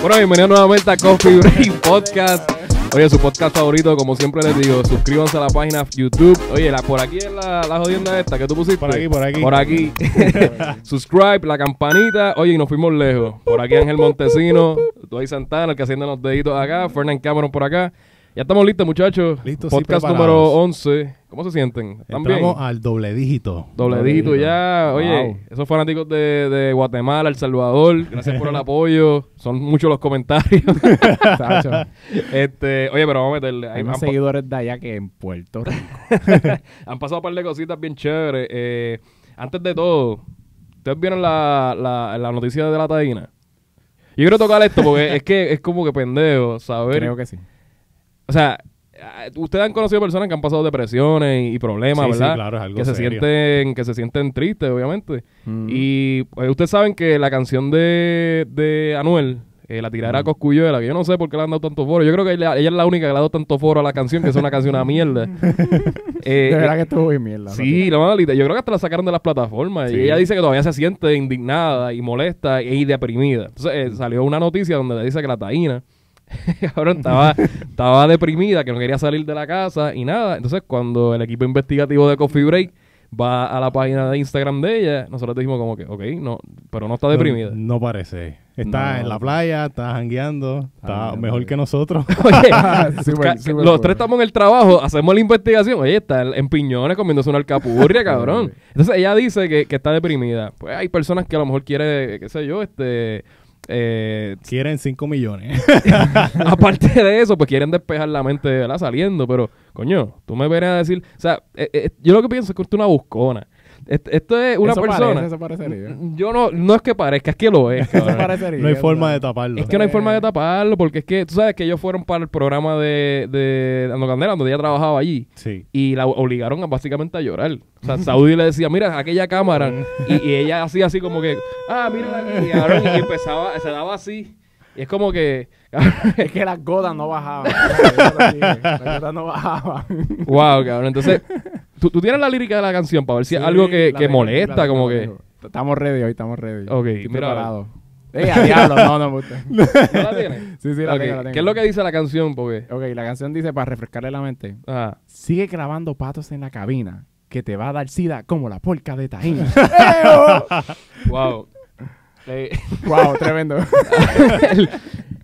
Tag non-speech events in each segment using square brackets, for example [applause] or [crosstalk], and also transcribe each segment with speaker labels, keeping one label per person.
Speaker 1: Bueno, bienvenidos nuevamente a Coffee
Speaker 2: [laughs]
Speaker 1: Break Podcast. Oye, su podcast favorito, como siempre les digo, suscríbanse a la página YouTube. Oye, la, por aquí es la, la jodienda esta que tú pusiste.
Speaker 2: Por aquí, por aquí.
Speaker 1: Por
Speaker 2: [laughs]
Speaker 1: aquí. Subscribe, la campanita. Oye, y nos fuimos lejos. Por aquí Ángel Montesino, Duay Santana, el que haciendo los deditos acá, Fernán Cameron por acá. Ya estamos listos, muchachos.
Speaker 2: Listos, sí,
Speaker 1: Podcast
Speaker 2: preparados.
Speaker 1: número 11. ¿Cómo se sienten? ¿Están bien?
Speaker 2: Entramos al doble dígito.
Speaker 1: Doble dígito ya, oye, esos fanáticos de, de Guatemala, El Salvador, gracias por el apoyo, son muchos los comentarios.
Speaker 3: [laughs] Tacho,
Speaker 1: este, oye, pero vamos a meterle, Ahí
Speaker 3: hay
Speaker 1: han,
Speaker 3: más seguidores de allá que en Puerto
Speaker 1: [laughs]
Speaker 3: Rico.
Speaker 1: pa- han pasado un par de cositas bien chéveres. eh, antes de todo, ¿ustedes vieron la, la, la noticia de la taína? Yo quiero tocar esto porque es que es como que pendejo saber
Speaker 3: Creo que sí.
Speaker 1: O sea, eh, ustedes han conocido personas que han pasado depresiones y, y problemas,
Speaker 2: Sí, sí,
Speaker 1: ¿verdad?
Speaker 2: claro, es algo
Speaker 1: que se
Speaker 2: serio.
Speaker 1: sienten, que se sienten tristes, obviamente. Y pues, ustedes saben que la canción de, de Anuel, eh, la tirará a Coscuyuela, que yo no sé por qué le han dado tanto foro. Yo creo que ella, ella es la única que le ha dado tanto foro a la canción, que es una canción una mierda. Eh,
Speaker 3: de verdad que estuvo bien mierda.
Speaker 1: Sí, la maldita. Yo creo que hasta la sacaron de las plataformas.
Speaker 3: Sí.
Speaker 1: Y ella dice que todavía se siente indignada y molesta y deprimida. Entonces eh, salió una noticia donde le dice que la taína [laughs] cabrón, estaba, estaba deprimida, que no quería salir de la casa y nada. Entonces, cuando el equipo investigativo de Coffee Break va a la página de Instagram de ella, nosotros dijimos como que, ok, no, pero no está deprimida.
Speaker 2: No, no parece. Está
Speaker 1: No. Ah,
Speaker 2: en la playa, está jangueando, está
Speaker 3: Jangueando,
Speaker 2: mejor
Speaker 3: sí.
Speaker 1: [laughs]
Speaker 2: que nosotros.
Speaker 3: [laughs]
Speaker 1: Oye,
Speaker 3: Súper,
Speaker 1: ca-
Speaker 3: súper
Speaker 1: los
Speaker 3: bueno.
Speaker 1: tres estamos en el trabajo, hacemos la investigación. Oye, está en en piñones comiéndose una
Speaker 3: [laughs]
Speaker 1: alcapurria, cabrón. Entonces ella dice que, que está deprimida. Pues hay personas que a lo mejor quiere, qué sé yo, este. eh, [laughs]
Speaker 2: Quieren 5 millones.
Speaker 1: aparte de eso, pues quieren despejar la mente, ¿verdad? Saliendo, pero, coño, tú me venías a decir. O sea, eh, eh, yo lo que pienso es que usted es una buscona. Est- Esto es una
Speaker 3: Eso
Speaker 1: persona.
Speaker 3: parece, eso parecería. [laughs]
Speaker 1: Yo no, no es que parezca, es que lo es,
Speaker 3: Eso
Speaker 1: cabrón.
Speaker 3: parecería,
Speaker 2: [laughs] no hay
Speaker 3: o
Speaker 2: forma
Speaker 3: sea.
Speaker 2: de taparlo.
Speaker 1: Es que no hay forma de taparlo, porque es que tú sabes que ellos fueron para el programa de, de Dando Candela, donde ella trabajaba allí,
Speaker 2: Sí.
Speaker 1: y la obligaron a, básicamente a llorar. O sea, Saudi le decía, mira aquella cámara, y, y ella hacía así como que, ah, mira, y, cabrón, y empezaba, se daba así. Y es como que, [laughs]
Speaker 3: Es que las gotas no bajaban. Las gotas no bajaban.
Speaker 1: wow, cabrón. Entonces, tú, tú tienes la lírica de la canción para ver si es algo que,
Speaker 3: La
Speaker 1: que
Speaker 3: de-
Speaker 1: molesta,
Speaker 3: la de-
Speaker 1: como
Speaker 3: la
Speaker 1: que.
Speaker 3: de- Estamos ready hoy, estamos ready.
Speaker 1: Ok,
Speaker 3: Estoy
Speaker 1: mira.
Speaker 3: preparado. Eh, a diablo,
Speaker 1: [laughs]
Speaker 3: no, no, puta.
Speaker 1: ¿No la tienes?
Speaker 3: [laughs] Sí, sí, la
Speaker 1: Ok,
Speaker 3: tengo, la tengo.
Speaker 1: ¿Qué es lo que dice la canción? Porque.
Speaker 3: Ok, la canción dice, para refrescarle la mente,
Speaker 1: Ah.
Speaker 3: sigue grabando patos en la cabina, que te va a dar sida como la polca
Speaker 1: [laughs]
Speaker 3: de Tajín. [laughs]
Speaker 1: Wow. Eh,
Speaker 3: wow, tremendo.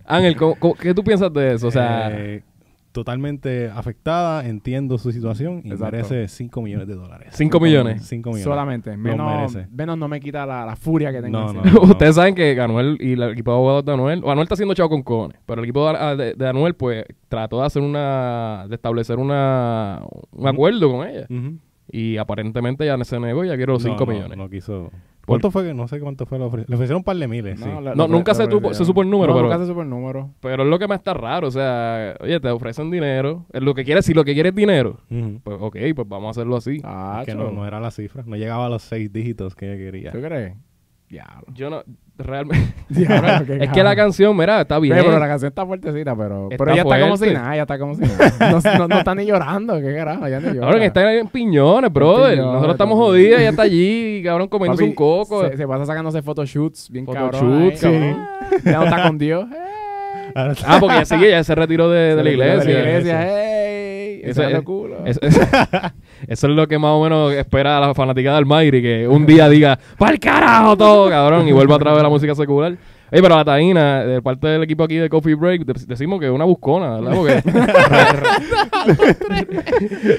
Speaker 1: Ángel, ¿cómo- cómo- ¿qué tú piensas de eso? O sea,
Speaker 2: Eh, totalmente afectada, entiendo su situación y
Speaker 3: Exacto.
Speaker 2: merece 5 millones de dólares.
Speaker 1: 5 millones.
Speaker 2: 5 millones.
Speaker 3: Solamente.
Speaker 2: Lo
Speaker 3: Menos,
Speaker 2: merece.
Speaker 3: menos no me quita la, la furia que tengo.
Speaker 2: No,
Speaker 3: encima.
Speaker 2: no.
Speaker 1: [laughs] Ustedes saben que Anuel y el equipo de abogados de Anuel, o Anuel está haciendo chavo con cojones, pero el equipo de, de- de Anuel pues trató de hacer una, de establecer una,
Speaker 2: Mm.
Speaker 1: un acuerdo con ella.
Speaker 2: Ujú.
Speaker 1: Y aparentemente ya se negó, ya quiero los
Speaker 2: No,
Speaker 1: 5
Speaker 2: no,
Speaker 1: millones.
Speaker 2: No quiso. ¿Cuánto fue? que- No sé cuánto fue. la ofre- Le ofrecieron un par de miles. sí.
Speaker 3: la-
Speaker 1: No,
Speaker 3: la-
Speaker 1: nunca
Speaker 3: la-
Speaker 1: se
Speaker 3: la-
Speaker 1: tuvo-
Speaker 3: la-
Speaker 1: se supo el número,
Speaker 3: no,
Speaker 1: pero-
Speaker 3: Nunca se supo el número.
Speaker 1: Pero es lo que más está raro, o sea, oye, te ofrecen dinero, es lo que quieres, si lo que quieres es dinero,
Speaker 2: Ujú.
Speaker 1: pues ok, pues vamos a hacerlo así.
Speaker 3: Ah,
Speaker 2: Es que no, no era la cifra. No llegaba a los 6 dígitos que ella quería.
Speaker 3: ¿Tú crees? Diablo.
Speaker 1: Yo no, realmente,
Speaker 3: [laughs] Diablo, qué
Speaker 1: [laughs] es que la
Speaker 3: cabrón.
Speaker 1: canción, mira, está bien.
Speaker 3: Ve, pero la canción está fuertecita, pero,
Speaker 1: Está
Speaker 3: pero ella está como
Speaker 1: fuerte.
Speaker 3: si nada, ella está como si nada. No, no, no está ni llorando, qué carajo, ya ni llora.
Speaker 1: Cabrón, está en piñones, brother.
Speaker 3: piñones,
Speaker 1: Nosotros estamos
Speaker 3: papi.
Speaker 1: jodidos, ella está allí, cabrón, comiéndose
Speaker 3: Papi,
Speaker 1: un coco.
Speaker 3: Se, se pasa sacándose photoshoots bien
Speaker 1: Photoshoot,
Speaker 3: cabrón. ahí, cabrón. Ya no está
Speaker 1: [laughs]
Speaker 3: con Dios.
Speaker 2: Ahora está-
Speaker 1: Ah, porque ya sigue, ya se retiró de, de la
Speaker 2: retiró de
Speaker 1: iglesia.
Speaker 2: la
Speaker 3: iglesia,
Speaker 2: iglesia.
Speaker 3: ey,
Speaker 1: Eso
Speaker 3: enseñando
Speaker 1: es-
Speaker 3: culo.
Speaker 1: Eso, eso- [laughs] eso es lo que más o menos espera la fanaticada del Mayri, que un día diga, ¡Para el carajo todo, cabrón! Y vuelva a través de la música secular. Oye, pero la taína, de parte del equipo aquí de Coffee Break, de- decimos que es una buscona, ¿verdad? Porque,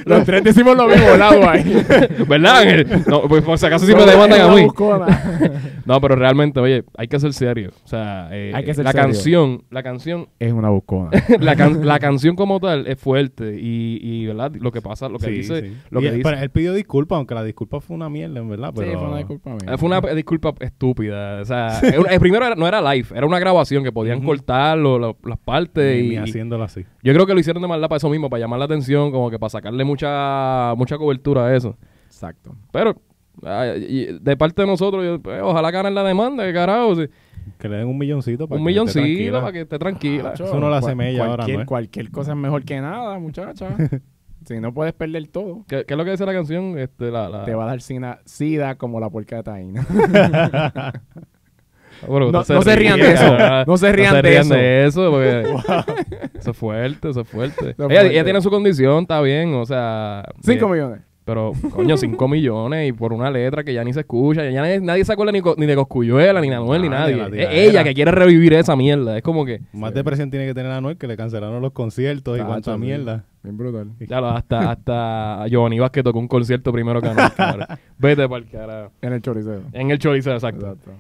Speaker 3: Los tres decimos lo mismo,
Speaker 1: [laughs]
Speaker 3: lado ahí.
Speaker 1: [laughs] ¿Verdad, Ángel? No, pues por si acaso si me demandan a mí.
Speaker 3: mí.
Speaker 1: No, pero realmente, oye, hay que ser serio. O sea, eh,
Speaker 3: Hay que ser
Speaker 1: la
Speaker 3: serio.
Speaker 1: canción, la canción
Speaker 3: Es una buscona.
Speaker 1: [laughs] la, can- la canción como tal es fuerte y, y ¿verdad? lo que pasa, lo que
Speaker 2: Sí,
Speaker 1: dice,
Speaker 2: sí.
Speaker 1: lo
Speaker 2: Y
Speaker 1: que
Speaker 2: él,
Speaker 1: dice.
Speaker 2: pero él pidió disculpas, aunque la disculpa fue una mierda, en verdad. Pero...
Speaker 3: Sí, fue una disculpa mía.
Speaker 1: Eh, Fue una eh, disculpa estúpida. O sea, [laughs] era una- eh, primero era- no era live, era una grabación que podían
Speaker 2: Ujú.
Speaker 1: cortar lo- lo- las partes.
Speaker 2: Ni-
Speaker 1: Y,
Speaker 2: ni haciéndolo así.
Speaker 1: yo creo que lo hicieron de maldad para eso mismo, para llamar la atención, como que para sacarle mucha, mucha cobertura a eso.
Speaker 3: Exacto.
Speaker 1: Pero ah, y de parte de nosotros, yo, pues, ojalá ganen la demanda, que carajo. si-
Speaker 2: Que le den un milloncito. Para
Speaker 1: un
Speaker 2: que
Speaker 1: milloncito
Speaker 2: esté tranquila. Ah,
Speaker 1: para que esté tranquila.
Speaker 2: Eso no lo hace
Speaker 3: Cual-
Speaker 2: mella ahora,
Speaker 3: cualquier-
Speaker 2: ¿no es?
Speaker 3: Cualquier cosa es mejor que nada, muchacha. si no puedes perder todo,
Speaker 1: ¿Qué, qué es lo que dice la canción? Este, la, la-
Speaker 3: te va a dar sina- sida como la puerca de taína.
Speaker 1: Bueno,
Speaker 3: No-
Speaker 1: usted
Speaker 3: no se rían de
Speaker 1: ríe, [laughs]
Speaker 3: eso.
Speaker 1: cabrón.
Speaker 3: No se rían de eso.
Speaker 1: eso,
Speaker 3: [laughs]
Speaker 1: porque eso es fuerte, eso es fuerte.
Speaker 3: Eso es
Speaker 1: ella,
Speaker 3: fuerte.
Speaker 1: ella tiene su condición, está bien, o sea...
Speaker 3: 5
Speaker 1: bien.
Speaker 3: millones.
Speaker 1: Pero, coño,
Speaker 3: [laughs]
Speaker 1: 5 millones y por una letra que ya ni se escucha. Ya nadie, nadie se acuerda ni, co- ni de Coscuyuela, ni de Anuel, ni
Speaker 2: Ah,
Speaker 1: nadie.
Speaker 2: ni la
Speaker 1: Es
Speaker 2: tiradera.
Speaker 1: ella que quiere revivir esa mierda. Es como que...
Speaker 2: Más depresión tiene que tener Anuel que le cancelaron los conciertos y
Speaker 3: Tacho,
Speaker 2: cuánta
Speaker 3: sí.
Speaker 2: mierda.
Speaker 3: Bien brutal.
Speaker 1: Ya lo, hasta, hasta Giovanni Vázquez tocó un concierto primero que Anuel,
Speaker 3: [laughs]
Speaker 1: cabrón. Vete para el carajo.
Speaker 3: En el choriceo.
Speaker 1: En el Choricero, exacto.
Speaker 3: Exacto.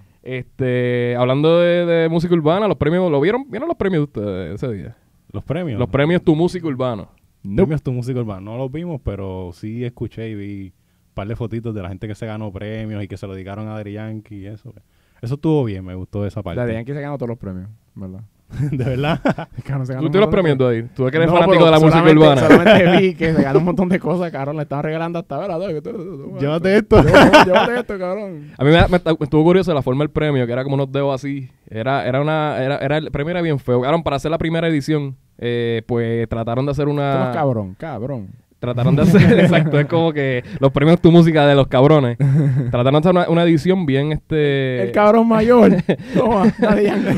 Speaker 1: Este, hablando de, de música urbana, los premios, ¿lo vieron? ¿Vieron los premios de ustedes ese día?
Speaker 2: Los premios.
Speaker 1: Los premios Tu Música Urbana.
Speaker 2: premios tu música urbana. No los vimos, pero sí escuché y vi un par de fotitos de la gente que se ganó premios y que se lo dedicaron a Dari Yankee y eso. Eso estuvo bien, me gustó esa parte.
Speaker 3: La de Yankee se ganó todos los premios, ¿verdad? [laughs]
Speaker 2: [laughs] de verdad.
Speaker 3: Es que no se ganó
Speaker 1: ¿Tú
Speaker 3: un
Speaker 1: te los
Speaker 3: montón de
Speaker 1: premios ahí? ¿Tú que eres
Speaker 3: No,
Speaker 1: fanático
Speaker 3: pero
Speaker 1: de la música
Speaker 3: solamente-
Speaker 1: urbana?
Speaker 3: Solamente vi que se ganó un montón de cosas, cabrón. Le estaban regalando hasta ahora. ¿sabes? Que tú- tú- tú- tú-
Speaker 2: Llévate esto.
Speaker 3: Llévate llévate esto, cabrón.
Speaker 1: A mí me, me ta- me estuvo curioso la forma del premio, que era como unos dedos así. Era, era una, era, era- el premio era bien feo. Claro, para hacer la primera edición, eh, pues trataron de hacer
Speaker 3: Tú eres
Speaker 1: una.
Speaker 3: cabrón, cabrón.
Speaker 1: Trataron de hacer, [laughs] exacto, es como que los premios tu música de los
Speaker 3: [laughs]
Speaker 1: cabrones. Trataron de hacer una, una edición bien este.
Speaker 3: El cabrón [laughs] mayor. Toma, Daddy Yankee.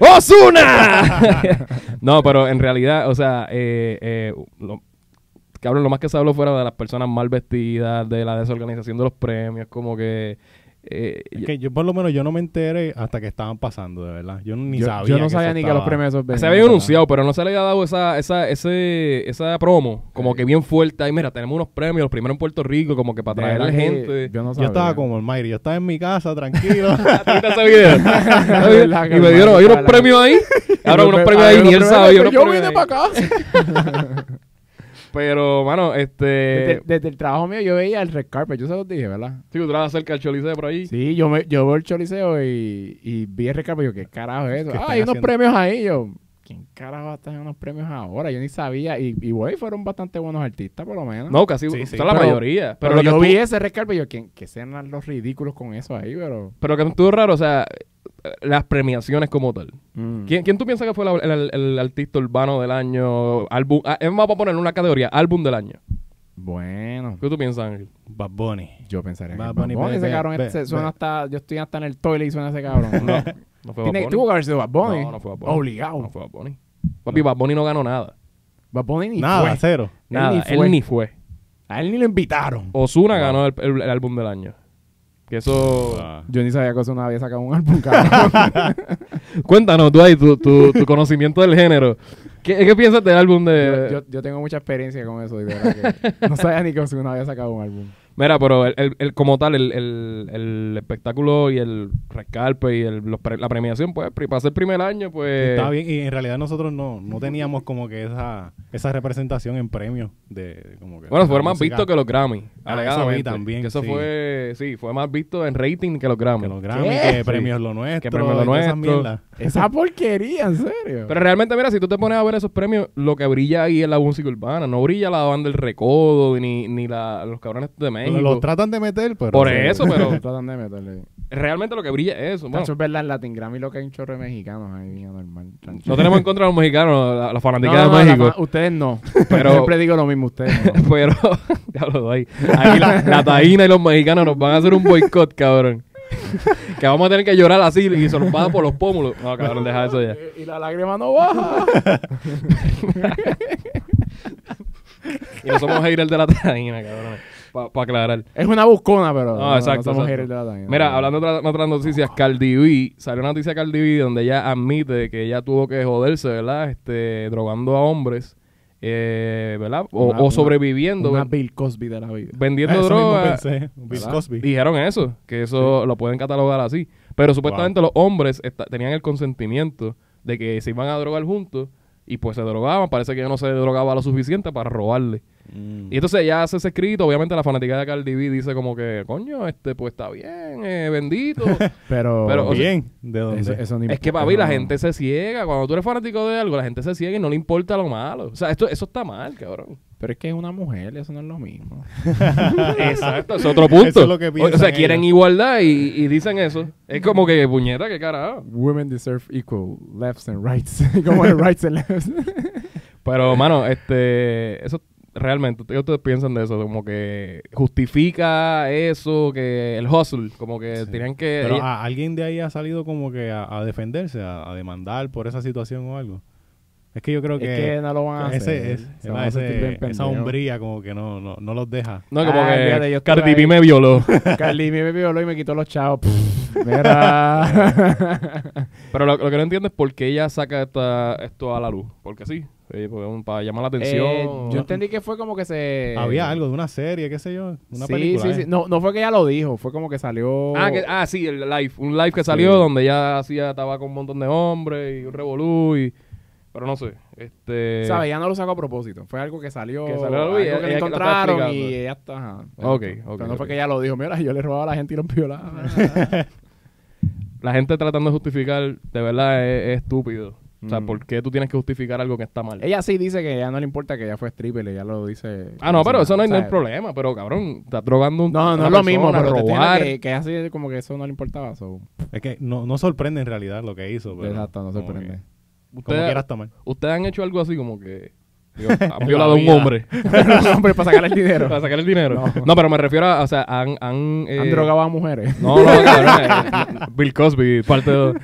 Speaker 1: ¡Osuna! [laughs] no, pero en realidad, o sea, eh, eh, lo, cabrón, lo más que se habló fuera de las personas mal vestidas, de la desorganización de los premios, como que... eh,
Speaker 2: Es que yo por lo menos yo no me enteré hasta que estaban pasando, de verdad. Yo ni
Speaker 3: Yo-
Speaker 2: sabía.
Speaker 3: Yo no sabía
Speaker 2: eso
Speaker 3: ni que
Speaker 2: estaba-
Speaker 3: los premios esos venían,
Speaker 1: se había
Speaker 3: ¿verdad?
Speaker 1: anunciado, pero no se le había dado esa, esa, ese, esa promo,
Speaker 3: Eh.
Speaker 1: como que bien fuerte. Ahí, mira, tenemos unos premios, los primeros en Puerto Rico, como que para
Speaker 3: De
Speaker 1: traer a la
Speaker 3: verdad que
Speaker 1: gente. [laughs]
Speaker 3: Yo no
Speaker 2: Yo
Speaker 3: sabía.
Speaker 2: estaba como el Mayri, yo estaba en mi casa tranquilo. [laughs]
Speaker 1: ¿Tú viste ese
Speaker 3: [laughs]
Speaker 1: video?
Speaker 3: De verdad que
Speaker 1: y me
Speaker 3: el
Speaker 1: dieron,
Speaker 3: man
Speaker 1: hay
Speaker 3: está
Speaker 1: unos
Speaker 3: la-
Speaker 1: premios ahí. Ahora unos
Speaker 3: Yo-
Speaker 1: premios
Speaker 3: ah,
Speaker 1: ahí, ni él
Speaker 3: los
Speaker 1: sabe.
Speaker 3: premios,
Speaker 1: unos
Speaker 3: Yo
Speaker 1: premios
Speaker 3: vine
Speaker 1: ahí.
Speaker 3: para acá.
Speaker 1: Pero, mano, este...
Speaker 3: Desde, desde el trabajo mío yo veía el red carpet. Yo se los dije, ¿verdad?
Speaker 1: Sí, tú trabajas cerca del Choliseo por ahí.
Speaker 3: Sí, yo, me, yo veo el Choliseo y, y vi el red carpet. Yo, ¿qué carajo es eso?
Speaker 2: ¿Qué
Speaker 3: Ah,
Speaker 2: están
Speaker 3: hay unos
Speaker 2: haciendo?
Speaker 3: premios ahí. Yo, ¿quién carajo va a estar en unos premios ahora? Yo ni sabía. Y, y güey, fueron bastante buenos artistas, por lo menos.
Speaker 1: No, casi
Speaker 2: Sí, sí.
Speaker 1: son la
Speaker 3: Pero-
Speaker 1: mayoría. Pero,
Speaker 3: pero
Speaker 1: lo que
Speaker 3: yo
Speaker 1: estuvo,
Speaker 3: vi ese red carpet. Yo, ¿quién, que sean los ridículos con eso ahí, pero.
Speaker 1: pero lo que estuvo raro, o sea, las premiaciones como tal.
Speaker 3: mm.
Speaker 1: ¿Quién, quién tú piensas que fue la- el, el artista urbano del año? Álbum, ah, es más, vamos a poner una categoría, álbum del año.
Speaker 3: Bueno,
Speaker 1: ¿Qué tú piensas, Ángel?
Speaker 2: Bad Bunny.
Speaker 3: yo pensaría. que
Speaker 2: Bad
Speaker 3: Bad
Speaker 2: Bunny,
Speaker 3: Bunny,
Speaker 2: ve,
Speaker 3: ese
Speaker 2: ve,
Speaker 3: cabrón
Speaker 2: ve,
Speaker 3: este suena
Speaker 2: ve.
Speaker 3: hasta. Yo estoy hasta en el toilet y suena ese cabrón. No.
Speaker 1: [laughs] No fue Bad
Speaker 3: Tiene,
Speaker 1: Bunny.
Speaker 3: tuvo que haber sido Bad Bunny.
Speaker 1: No, no fue Bad Bunny.
Speaker 3: Obligado.
Speaker 1: No fue Bad Bunny. Papi, Bad Bunny no ganó nada.
Speaker 3: Bad Bunny ni
Speaker 2: Nada,
Speaker 3: fue.
Speaker 2: cero.
Speaker 1: Nada,
Speaker 3: ni fue.
Speaker 1: él ni fue.
Speaker 3: A él ni lo invitaron.
Speaker 1: Ozuna ganó el, el- el álbum del año. Que eso...
Speaker 2: Ah.
Speaker 3: Yo ni sabía que Ozuna había sacado un
Speaker 1: [laughs]
Speaker 3: álbum, cabrón.
Speaker 1: Cuéntanos, tú ahí, tu, tu-
Speaker 3: [laughs]
Speaker 1: tu conocimiento del género. ¿Qué, qué piensas del álbum de...?
Speaker 3: yo, yo- yo tengo mucha experiencia con eso. y de verdad que no sabía ni que Ozuna había sacado un álbum.
Speaker 1: Mira, pero el, el- el- como tal, el, el- el espectáculo y el rescalpe y el- los pre- la premiación, pues, pri- para ser primer año, pues...
Speaker 2: Estaba bien, y en realidad nosotros no, no teníamos como que esa, esa representación en premios de, de como que
Speaker 1: Bueno,
Speaker 2: la
Speaker 1: fue más
Speaker 2: música
Speaker 1: visto que los Grammy.
Speaker 2: Ah,
Speaker 1: alegadamente.
Speaker 2: eso vi también,
Speaker 1: Que eso
Speaker 2: sí.
Speaker 1: fue, sí, fue más visto en rating que los Grammy.
Speaker 2: que los Grammy,
Speaker 3: ¿Qué?
Speaker 2: que premios lo nuestro,
Speaker 1: Que premios lo
Speaker 2: y todas esas
Speaker 1: nuestro.
Speaker 2: mierdas.
Speaker 3: Esa porquería, en serio.
Speaker 1: Pero realmente, mira, si tú te pones a ver esos premios, lo que brilla ahí es la música urbana. No brilla la banda del recodo, ni, ni la, los cabrones de México.
Speaker 2: Los, los tratan de meter, pero
Speaker 1: Por
Speaker 2: sí. [laughs]
Speaker 1: eso, pero
Speaker 3: [laughs] Tratan de meterle.
Speaker 1: realmente lo que brilla es eso. Bueno,
Speaker 3: Tacho, es verdad, en Latin Grammy lo que hay un chorro de mexicanos ahí, bien normal.
Speaker 1: no tenemos en contra de los mexicanos, la, la
Speaker 3: No,
Speaker 1: fanática
Speaker 3: no, no,
Speaker 1: de
Speaker 3: la
Speaker 1: México.
Speaker 3: fa- ustedes no.
Speaker 1: Pero-
Speaker 3: [laughs] Pero... Siempre digo lo mismo, ustedes
Speaker 1: [laughs]
Speaker 3: no.
Speaker 1: Pero, diablo, doy. Aquí la, la taína y los mexicanos nos van a hacer un boicot, cabrón. [laughs] que vamos a tener que llorar así y se nos va por los pómulos. No, cabrón, deja eso ya.
Speaker 3: Y la lágrima no baja.
Speaker 1: Y no somos haters de la taína, cabrón. Para aclarar.
Speaker 3: Es una buscona, pero.
Speaker 1: No, Ah, exacto,
Speaker 3: somos
Speaker 1: exacto.
Speaker 3: haters de la Taina.
Speaker 1: Mira, hablando de otra- otras noticias, Cardi B, salió una noticia de Cardi B donde ella admite que ella tuvo que joderse, ¿verdad? Este, drogando a hombres, eh, ¿verdad? O,
Speaker 3: Una-
Speaker 1: o
Speaker 3: una-
Speaker 1: sobreviviendo,
Speaker 3: Una
Speaker 1: ven-
Speaker 3: Bill Cosby de la vida.
Speaker 1: vendiendo
Speaker 2: Eso mismo
Speaker 1: droga.
Speaker 2: pensé, Bill
Speaker 1: ¿verdad?
Speaker 2: Cosby.
Speaker 1: Dijeron eso, que eso lo pueden catalogar así. Pero supuestamente los hombres esta- tenían el consentimiento de que se iban a drogar juntos y pues se drogaban. Parece que ella no se drogaba lo suficiente para robarle.
Speaker 2: Mm.
Speaker 1: Y entonces ella hace ese escrito, obviamente la fanática de Cardi B dice como que, coño, este pues está bien, eh,
Speaker 2: [laughs]
Speaker 1: bendito.
Speaker 3: Pero.
Speaker 1: Pero, o sea,
Speaker 2: Bien, ¿de dónde?
Speaker 3: eso, eso ni-
Speaker 1: es que papi, la
Speaker 3: no.
Speaker 1: gente se ciega. Cuando tú eres fanático de algo, la gente se ciega y no le importa lo malo. O sea, esto, eso está mal,
Speaker 2: [laughs]
Speaker 1: cabrón.
Speaker 3: Pero es que es una mujer, eso no es lo mismo.
Speaker 1: Exacto, es otro punto.
Speaker 2: Eso es lo que
Speaker 1: O- o,
Speaker 2: piensan
Speaker 1: sea, quieren
Speaker 2: ellos.
Speaker 1: igualdad y, y dicen eso. Es como que, puñeta, qué carajo.
Speaker 3: Women deserve equal [laughs] lefts and rights. Como el rights and lefts.
Speaker 1: Pero, mano, este, eso, realmente, ¿qué ustedes piensan de eso? Como que justifica eso, que el hustle, como que
Speaker 2: Sí.
Speaker 1: tenían que...
Speaker 2: Pero
Speaker 3: ah,
Speaker 1: ella-
Speaker 2: ¿a- alguien de ahí ha salido como que a, a defenderse, a, a demandar por esa situación o algo. Es que yo creo
Speaker 3: Es
Speaker 2: que,
Speaker 3: que no lo van a hacer.
Speaker 2: ese, es-
Speaker 3: Ah, Se van a
Speaker 2: ese-
Speaker 3: sentir bien
Speaker 2: esa
Speaker 3: pendejos.
Speaker 2: hombría como que no, no, no los deja.
Speaker 1: no, como
Speaker 3: Ah,
Speaker 1: que
Speaker 3: fíjate, yo estuve
Speaker 1: Cardi B
Speaker 3: ahí.
Speaker 1: me
Speaker 3: [laughs]
Speaker 1: violó.
Speaker 3: Carly me violó y me quitó
Speaker 2: [laughs]
Speaker 3: los chavos. Pff, Mira.
Speaker 1: Pero lo, lo que no entiendo es por qué ella saca esta, esto a la luz. Porque sí, eh, porque, um, para llamar la atención. Ah,
Speaker 3: Eh, yo entendí que fue como que se...
Speaker 2: Había algo de una serie, qué sé yo, una
Speaker 3: Eh, sí,
Speaker 2: película.
Speaker 3: sí,
Speaker 2: ¿eh?
Speaker 3: sí. No, no fue que ella lo dijo, fue como que salió...
Speaker 1: Ah, que- ah, sí, el live. Un live que salió donde ella hacía, estaba con un montón de hombres y un revolú y... Pero no sé, este...
Speaker 3: ¿Sabes? Ella no lo sacó a propósito. Fue algo que salió.
Speaker 1: Que salió a la luz y ella-
Speaker 3: algo que
Speaker 1: ella
Speaker 3: le
Speaker 1: que lo estaba
Speaker 3: encontraron y
Speaker 1: explicando.
Speaker 3: ella está. Ajá,
Speaker 1: Ok,
Speaker 3: Exacto.
Speaker 1: ok,
Speaker 3: Pero no fue
Speaker 1: ok.
Speaker 3: que ella lo dijo, mira, yo le robaba a la gente y los violaba.
Speaker 1: La gente tratando de justificar, de verdad, es, es estúpido. O sea,
Speaker 3: Mm.
Speaker 1: ¿por qué tú tienes que justificar algo que está mal?
Speaker 3: [laughs] ella sí dice que ya no le importa que ella fue stripper, ella lo dice.
Speaker 1: Ah, no, pero eso no, hay- no es
Speaker 3: ¿sabes?
Speaker 1: problema. Pero, cabrón, estás drogando un
Speaker 3: No, no
Speaker 1: una
Speaker 3: es lo mismo,
Speaker 1: persona,
Speaker 3: pero te estoy diciendo
Speaker 1: robar.
Speaker 3: Que, que ella sí como que eso no le importaba. so,
Speaker 2: Es que no, no sorprende en realidad lo que hizo. Pero
Speaker 3: Exacto, no
Speaker 2: como que-
Speaker 1: [laughs]
Speaker 3: sorprende.
Speaker 2: Como
Speaker 1: Ustedes-
Speaker 2: quiera está mal.
Speaker 1: Ustedes han hecho algo así como que...
Speaker 3: [laughs]
Speaker 1: digo, han violado a un hombre.
Speaker 3: [laughs] no, hombre, para sacar el dinero.
Speaker 1: Para sacar el dinero. No,
Speaker 3: No.
Speaker 1: pero me refiero a, o sea, han... Han, eh,
Speaker 3: Han drogado a mujeres. [laughs]
Speaker 1: No, no, cabrón, eh, [laughs] Bill Cosby, parte de...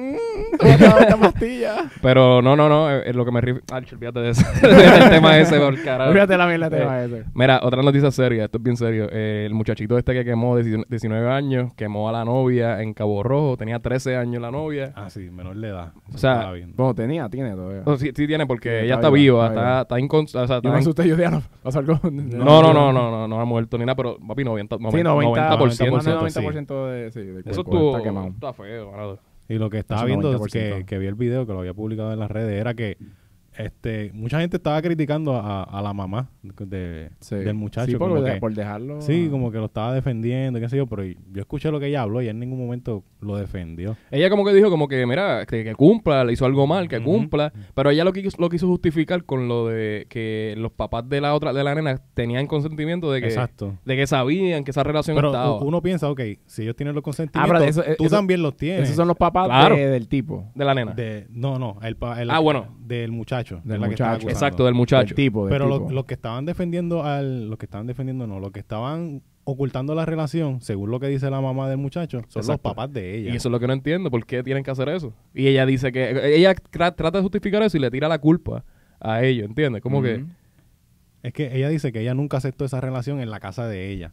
Speaker 1: [laughs]
Speaker 3: esta pastilla.
Speaker 1: Pero no, no, no, eh, eh, lo que me refiero... Ah, olvídate de eso. [laughs] del tema ese, por carajo.
Speaker 3: Fíjate la mierda
Speaker 1: Eh,
Speaker 3: te va a ese.
Speaker 1: Mira, otra noticia seria, esto es bien serio. Eh, el muchachito este que quemó de 19 años, quemó a la novia en Cabo Rojo, tenía 13 años la novia.
Speaker 2: Ah, sí, menor de edad. Eso
Speaker 1: O sea,
Speaker 2: estaba bien.
Speaker 3: Bueno, tenía, tiene todavía.
Speaker 1: O sí, sí tiene porque
Speaker 3: Sí,
Speaker 1: ella
Speaker 3: está
Speaker 1: está
Speaker 3: viva,
Speaker 1: viva,
Speaker 3: está
Speaker 1: está,
Speaker 3: viva.
Speaker 1: está incons- o sea,
Speaker 3: Yo
Speaker 1: está
Speaker 3: me
Speaker 1: en-
Speaker 3: asusté, yo dije, "Ah, no, pasó algo.
Speaker 1: No, no, no, no, no, no ha muerto ni nada, pero papi, 90,
Speaker 3: Sí, 90,
Speaker 1: 90%.
Speaker 3: más del
Speaker 2: 90%,
Speaker 3: 90% de, sí, del
Speaker 1: Eso
Speaker 3: cuerpo
Speaker 1: estuvo...
Speaker 3: está quemado.
Speaker 1: Está feo, mano.
Speaker 2: Y lo que estaba
Speaker 3: Casi
Speaker 2: viendo
Speaker 3: 90%.
Speaker 2: que, que vi el video que lo había publicado en las redes era que este mucha gente estaba criticando a, a la mamá de-
Speaker 3: Sí.
Speaker 2: del muchacho.
Speaker 3: Sí, por,
Speaker 2: como
Speaker 3: de-
Speaker 2: que-
Speaker 3: por dejarlo.
Speaker 2: sí,
Speaker 3: ah.
Speaker 2: como que lo estaba defendiendo, qué sé yo, pero yo escuché lo que ella habló y en ningún momento lo defendió.
Speaker 1: Ella como que dijo como que, mira, que, que cumpla, le hizo algo mal, que
Speaker 2: Ujú.
Speaker 1: cumpla, pero ella lo quiso, lo quiso justificar con lo de que los papás de la otra, de la nena, tenían consentimiento de que,
Speaker 2: Exacto.
Speaker 1: de que sabían que esa relación
Speaker 2: Pero
Speaker 1: estaba.
Speaker 2: u- uno piensa, ok, si ellos tienen los consentimientos,
Speaker 3: Ah, pero eso- eh,
Speaker 2: tú
Speaker 3: eso-
Speaker 2: también los tienes.
Speaker 3: Esos son los papás
Speaker 1: Claro.
Speaker 3: de- del tipo.
Speaker 1: De la nena.
Speaker 2: de, no, no, el, pa- el-
Speaker 1: Ah, bueno.
Speaker 2: del muchacho.
Speaker 3: Del
Speaker 2: es la que estaba
Speaker 3: muchacho.
Speaker 2: acusando.
Speaker 1: Exacto, del muchacho.
Speaker 3: Del tipo, del
Speaker 2: Pero lo-
Speaker 3: tipo.
Speaker 2: los que estaban defendiendo al, los que estaban defendiendo no, los que estaban ocultando la relación, según lo que dice la mamá del muchacho, son los
Speaker 1: Exacto.
Speaker 2: papás de ella.
Speaker 1: Y eso es lo que no entiendo, ¿por qué tienen que hacer eso? Y ella dice que ella tra- trata de justificar eso y le tira la culpa a ellos, ¿entiendes? Como
Speaker 3: Ujú.
Speaker 2: Es que ella dice que ella nunca aceptó esa relación en la casa de ella,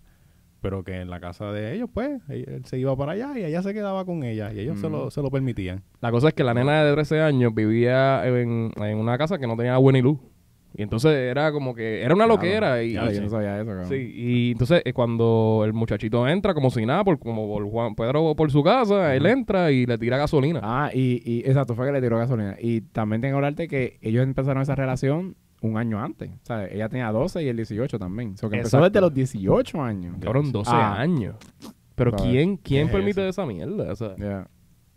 Speaker 2: pero que en la casa de ellos, pues, él, él se iba para allá y ella se quedaba con ella y ellos se,
Speaker 3: Mm.
Speaker 2: lo, se lo permitían.
Speaker 1: que la cosa es que la nena de 13 años vivía en, en una casa que no tenía agua ni luz. Y entonces era como que era una
Speaker 3: Claro.
Speaker 1: loquera y
Speaker 3: Ya, yo no sabía eso, cabrón.
Speaker 1: Sí, y entonces eh, cuando el muchachito entra como si nada, por, como por Juan Pedro por su casa, él entra y le tira gasolina.
Speaker 3: Ah, y, y exacto, fue que le tiró gasolina. Y también tengo que hablarte que ellos empezaron esa relación un año antes. O sea, ella tenía 12 y él 18 también. O sea, que empezó
Speaker 1: Exacto.
Speaker 3: desde los 18 años.
Speaker 1: Cabrón, 12
Speaker 3: Ah.
Speaker 1: años. Pero
Speaker 3: Vale.
Speaker 1: ¿quién, quién
Speaker 2: ¿Qué es
Speaker 1: permite esa mierda? O sea,
Speaker 3: Ya.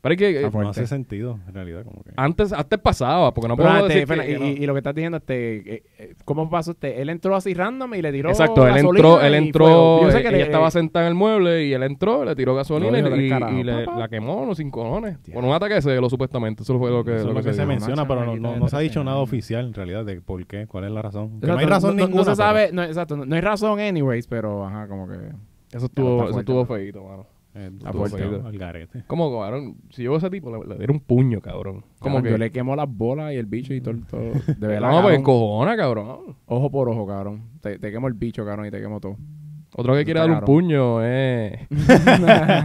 Speaker 1: pero es que eh,
Speaker 3: Ah, Fuerte.
Speaker 2: No hace sentido, en realidad, como que...
Speaker 1: antes, antes pasaba, porque no
Speaker 3: Pero,
Speaker 1: puedo
Speaker 3: este,
Speaker 1: decir
Speaker 3: Fena,
Speaker 1: que- que
Speaker 3: y,
Speaker 1: no.
Speaker 3: y- y lo que estás diciendo, este, eh, eh, ¿cómo pasó este? Él entró así random y le tiró.
Speaker 1: Exacto, él
Speaker 3: gasolina
Speaker 1: entró, él
Speaker 3: y
Speaker 1: entró,
Speaker 3: fue- yo sé que
Speaker 1: ella
Speaker 3: le-
Speaker 1: estaba
Speaker 3: eh,
Speaker 1: sentada en el mueble y él entró, le tiró gasolina
Speaker 3: dijo
Speaker 1: y,
Speaker 3: tres carajos,
Speaker 1: y le-
Speaker 3: papá.
Speaker 1: la quemó los sin cojones. Con un ataque de celo, supuestamente. Eso fue lo que,
Speaker 2: Eso
Speaker 1: lo
Speaker 2: es
Speaker 1: que se,
Speaker 2: se,
Speaker 1: dijo.
Speaker 2: menciona,
Speaker 3: Una
Speaker 2: pero no,
Speaker 3: chamaquita
Speaker 2: no-
Speaker 3: de
Speaker 2: no se ha
Speaker 3: 13
Speaker 2: dicho nada
Speaker 3: años.
Speaker 2: oficial, en realidad, de por qué, cuál es la razón. Que
Speaker 3: exacto,
Speaker 2: no hay razón
Speaker 3: no- no
Speaker 2: ninguna.
Speaker 3: se
Speaker 2: pero- eh,
Speaker 3: sabe, no, exacto, no, no hay razón, anyways, pero ajá, como que.
Speaker 1: Eso
Speaker 3: Claro,
Speaker 1: estuvo,
Speaker 3: está
Speaker 1: eso
Speaker 3: fuerte,
Speaker 1: estuvo
Speaker 3: ¿no?
Speaker 1: feíto, mano.
Speaker 2: Eh,
Speaker 1: La
Speaker 2: tú,
Speaker 1: fuerte.
Speaker 2: pero, al garete.
Speaker 1: Como, cabrón, si yo a ese tipo, le, le diera un puño, cabrón. Como
Speaker 3: Como
Speaker 1: que...
Speaker 3: yo le quemó las bolas y el bicho y todo. todo de
Speaker 1: [laughs]
Speaker 3: verdad.
Speaker 1: no, pues
Speaker 3: cabrón.
Speaker 1: encojona, cabrón.
Speaker 3: Ojo por ojo, cabrón. Te, te quemo el bicho, cabrón, y te
Speaker 1: [laughs]
Speaker 3: quemo todo.
Speaker 1: Otro que quiere
Speaker 3: Está
Speaker 1: dar un
Speaker 3: cabrón.
Speaker 1: puño
Speaker 3: [laughs]
Speaker 1: es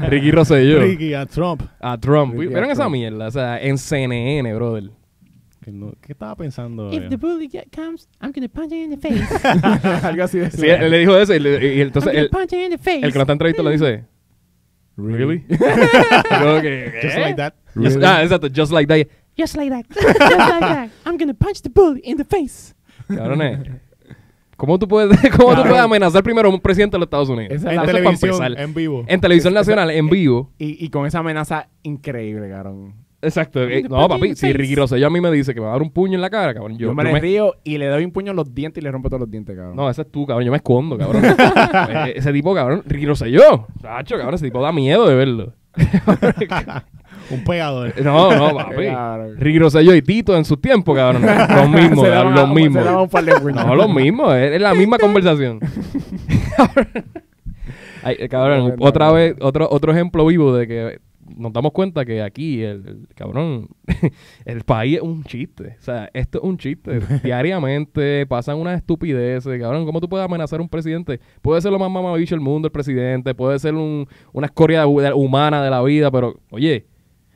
Speaker 1: Ricky Rosselló
Speaker 2: Ricky a Trump.
Speaker 1: a Trump.
Speaker 3: Ricky a
Speaker 1: ¿Vieron esa
Speaker 3: Trump.
Speaker 1: mierda? O sea, en CNN, brother.
Speaker 2: Que no- ¿Qué estaba
Speaker 1: Oh,
Speaker 2: pensando? eh?
Speaker 4: If the bully get- comes, I'm gonna punch him in
Speaker 1: [laughs]
Speaker 4: the face.
Speaker 3: Algo así de
Speaker 1: Sí, él le dijo eso y, le- y entonces
Speaker 4: I'm gonna
Speaker 1: el,
Speaker 4: punch him in the face.
Speaker 1: el que lo está entrevistando le dice, [laughs] ¿Really? [laughs] Como que,
Speaker 2: Just
Speaker 1: ¿eh?
Speaker 2: like that.
Speaker 1: [laughs] Just-
Speaker 3: Really?
Speaker 1: ah, exacto, just like that.
Speaker 4: [laughs] Just like that. [laughs] Just like that. I'm gonna punch the bully in the face.
Speaker 1: Cabrones. [laughs] ¿Cómo tú puedes, [laughs] cómo tú
Speaker 3: Cabrón.
Speaker 1: puedes amenazar primero a un presidente de los Estados Unidos?
Speaker 3: Esa es
Speaker 2: En
Speaker 1: Eso es
Speaker 3: la-
Speaker 1: Eh, para
Speaker 2: televisión,
Speaker 1: empezar.
Speaker 2: en vivo.
Speaker 1: En televisión nacional, en vivo.
Speaker 3: y, y con esa amenaza increíble, cabrón.
Speaker 1: Exacto. eh,
Speaker 4: the
Speaker 1: no,
Speaker 4: fucking
Speaker 1: papi, si
Speaker 4: face.
Speaker 1: Ricky Rosselló a mí me dice que me va a dar un puño en la cara, cabrón.
Speaker 3: Yo,
Speaker 1: Yo,
Speaker 3: me
Speaker 1: yo
Speaker 3: le
Speaker 1: me-
Speaker 3: río y le doy un puño en los dientes y le rompo todos los dientes, cabrón.
Speaker 1: No,
Speaker 3: [laughs]
Speaker 1: ese es tú, cabrón. Yo me escondo, [laughs] cabrón. Eh, ese tipo, cabrón, Ricky Rosselló. Sacho, cabrón, ese tipo da miedo de verlo.
Speaker 2: Un pegador.
Speaker 1: [laughs] No, no, papi.
Speaker 3: Claro.
Speaker 1: Ricky Rosselló y Tito en su tiempo, cabrón. Lo mismo,
Speaker 3: [laughs] Se
Speaker 1: cabrón,
Speaker 3: daban
Speaker 1: lo
Speaker 3: un-
Speaker 1: mismo.
Speaker 3: se daban un par de puños.
Speaker 1: [laughs] No, lo mismo, es, es la misma conversación. [laughs] Ay, eh, cabrón,
Speaker 3: Bueno,
Speaker 1: otra
Speaker 3: bueno.
Speaker 1: vez, otro, otro ejemplo vivo de que nos damos cuenta que aquí, el, el- cabrón, [laughs] el país es un chiste. O sea, esto es un chiste. [laughs] Diariamente pasan unas estupideces, cabrón. ¿Cómo tú puedes amenazar a un presidente? Puede ser lo más mamabicho del mundo el presidente, puede ser un- una escoria hu- de- humana de la vida, pero, oye.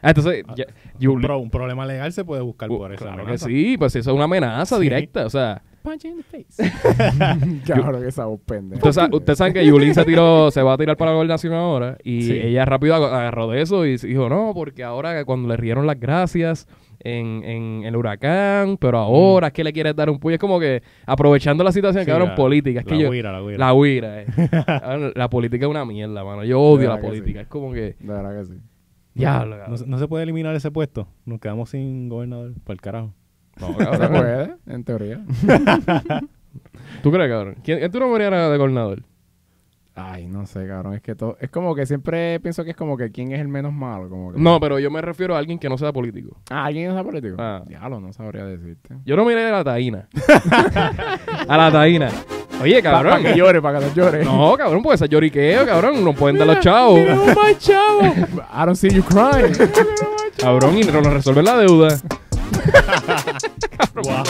Speaker 1: Ah, entonces, ya-
Speaker 2: Un,
Speaker 1: Yuli-
Speaker 2: pro- un problema legal se puede buscar
Speaker 1: Uh,
Speaker 2: por esa
Speaker 1: claro que
Speaker 2: amenaza. [laughs]
Speaker 1: sí, pues eso es una amenaza
Speaker 2: Sí.
Speaker 1: directa, o sea.
Speaker 4: Punch you in the
Speaker 1: [laughs]
Speaker 4: face.
Speaker 3: Cabrón, esa voz pendeja.
Speaker 1: Ustedes
Speaker 3: [laughs]
Speaker 1: sa- ustedes saben que Yulín se tiró, se va a tirar para la gobernación ahora. Y
Speaker 2: Sí.
Speaker 1: ella rápido ag- agarró de eso y se dijo, no, porque ahora que cuando le rieron las gracias en, en el huracán, pero ahora es que le quieres dar un puño. Es como que aprovechando la situación,
Speaker 2: Sí,
Speaker 1: que cabrón,
Speaker 2: la-
Speaker 1: política. Es que
Speaker 2: la
Speaker 1: yo,
Speaker 2: guira, la guira.
Speaker 1: La huira, eh. la política es una mierda, mano. Yo odio
Speaker 3: verdad
Speaker 1: la
Speaker 3: que
Speaker 1: política.
Speaker 3: sí.
Speaker 1: Es como que,
Speaker 3: De verdad que sí.
Speaker 1: diablo,
Speaker 2: No,
Speaker 1: cabrón.
Speaker 2: se- no se puede eliminar ese puesto. Nos quedamos sin gobernador. Para el carajo.
Speaker 1: No,
Speaker 3: Se
Speaker 1: cabrón.
Speaker 3: puede, en teoría.
Speaker 1: ¿Tú crees, cabrón? ¿Quién, quién tú nombrarías de gobernador?
Speaker 3: Ay, no sé, cabrón. Es que todo. Es como que siempre pienso que es como que quién es el menos malo. Como que,
Speaker 1: No, pero yo me refiero a alguien que no sea político.
Speaker 3: Ah, ¿alguien es político?
Speaker 1: Ah.
Speaker 3: Diablo, no sabría decirte.
Speaker 1: Yo no miré a la taína. a la taína. Oye,
Speaker 3: Para
Speaker 1: cabrón.
Speaker 3: que llore, para que no llore.
Speaker 1: No, cabrón, pues esa lloriqueo, cabrón. No pueden dar los chavos.
Speaker 4: Mira, oh my chavo.
Speaker 3: I don't see you crying.
Speaker 1: [laughs] Cabrón, y no nos resuelven la deuda.
Speaker 2: Guau.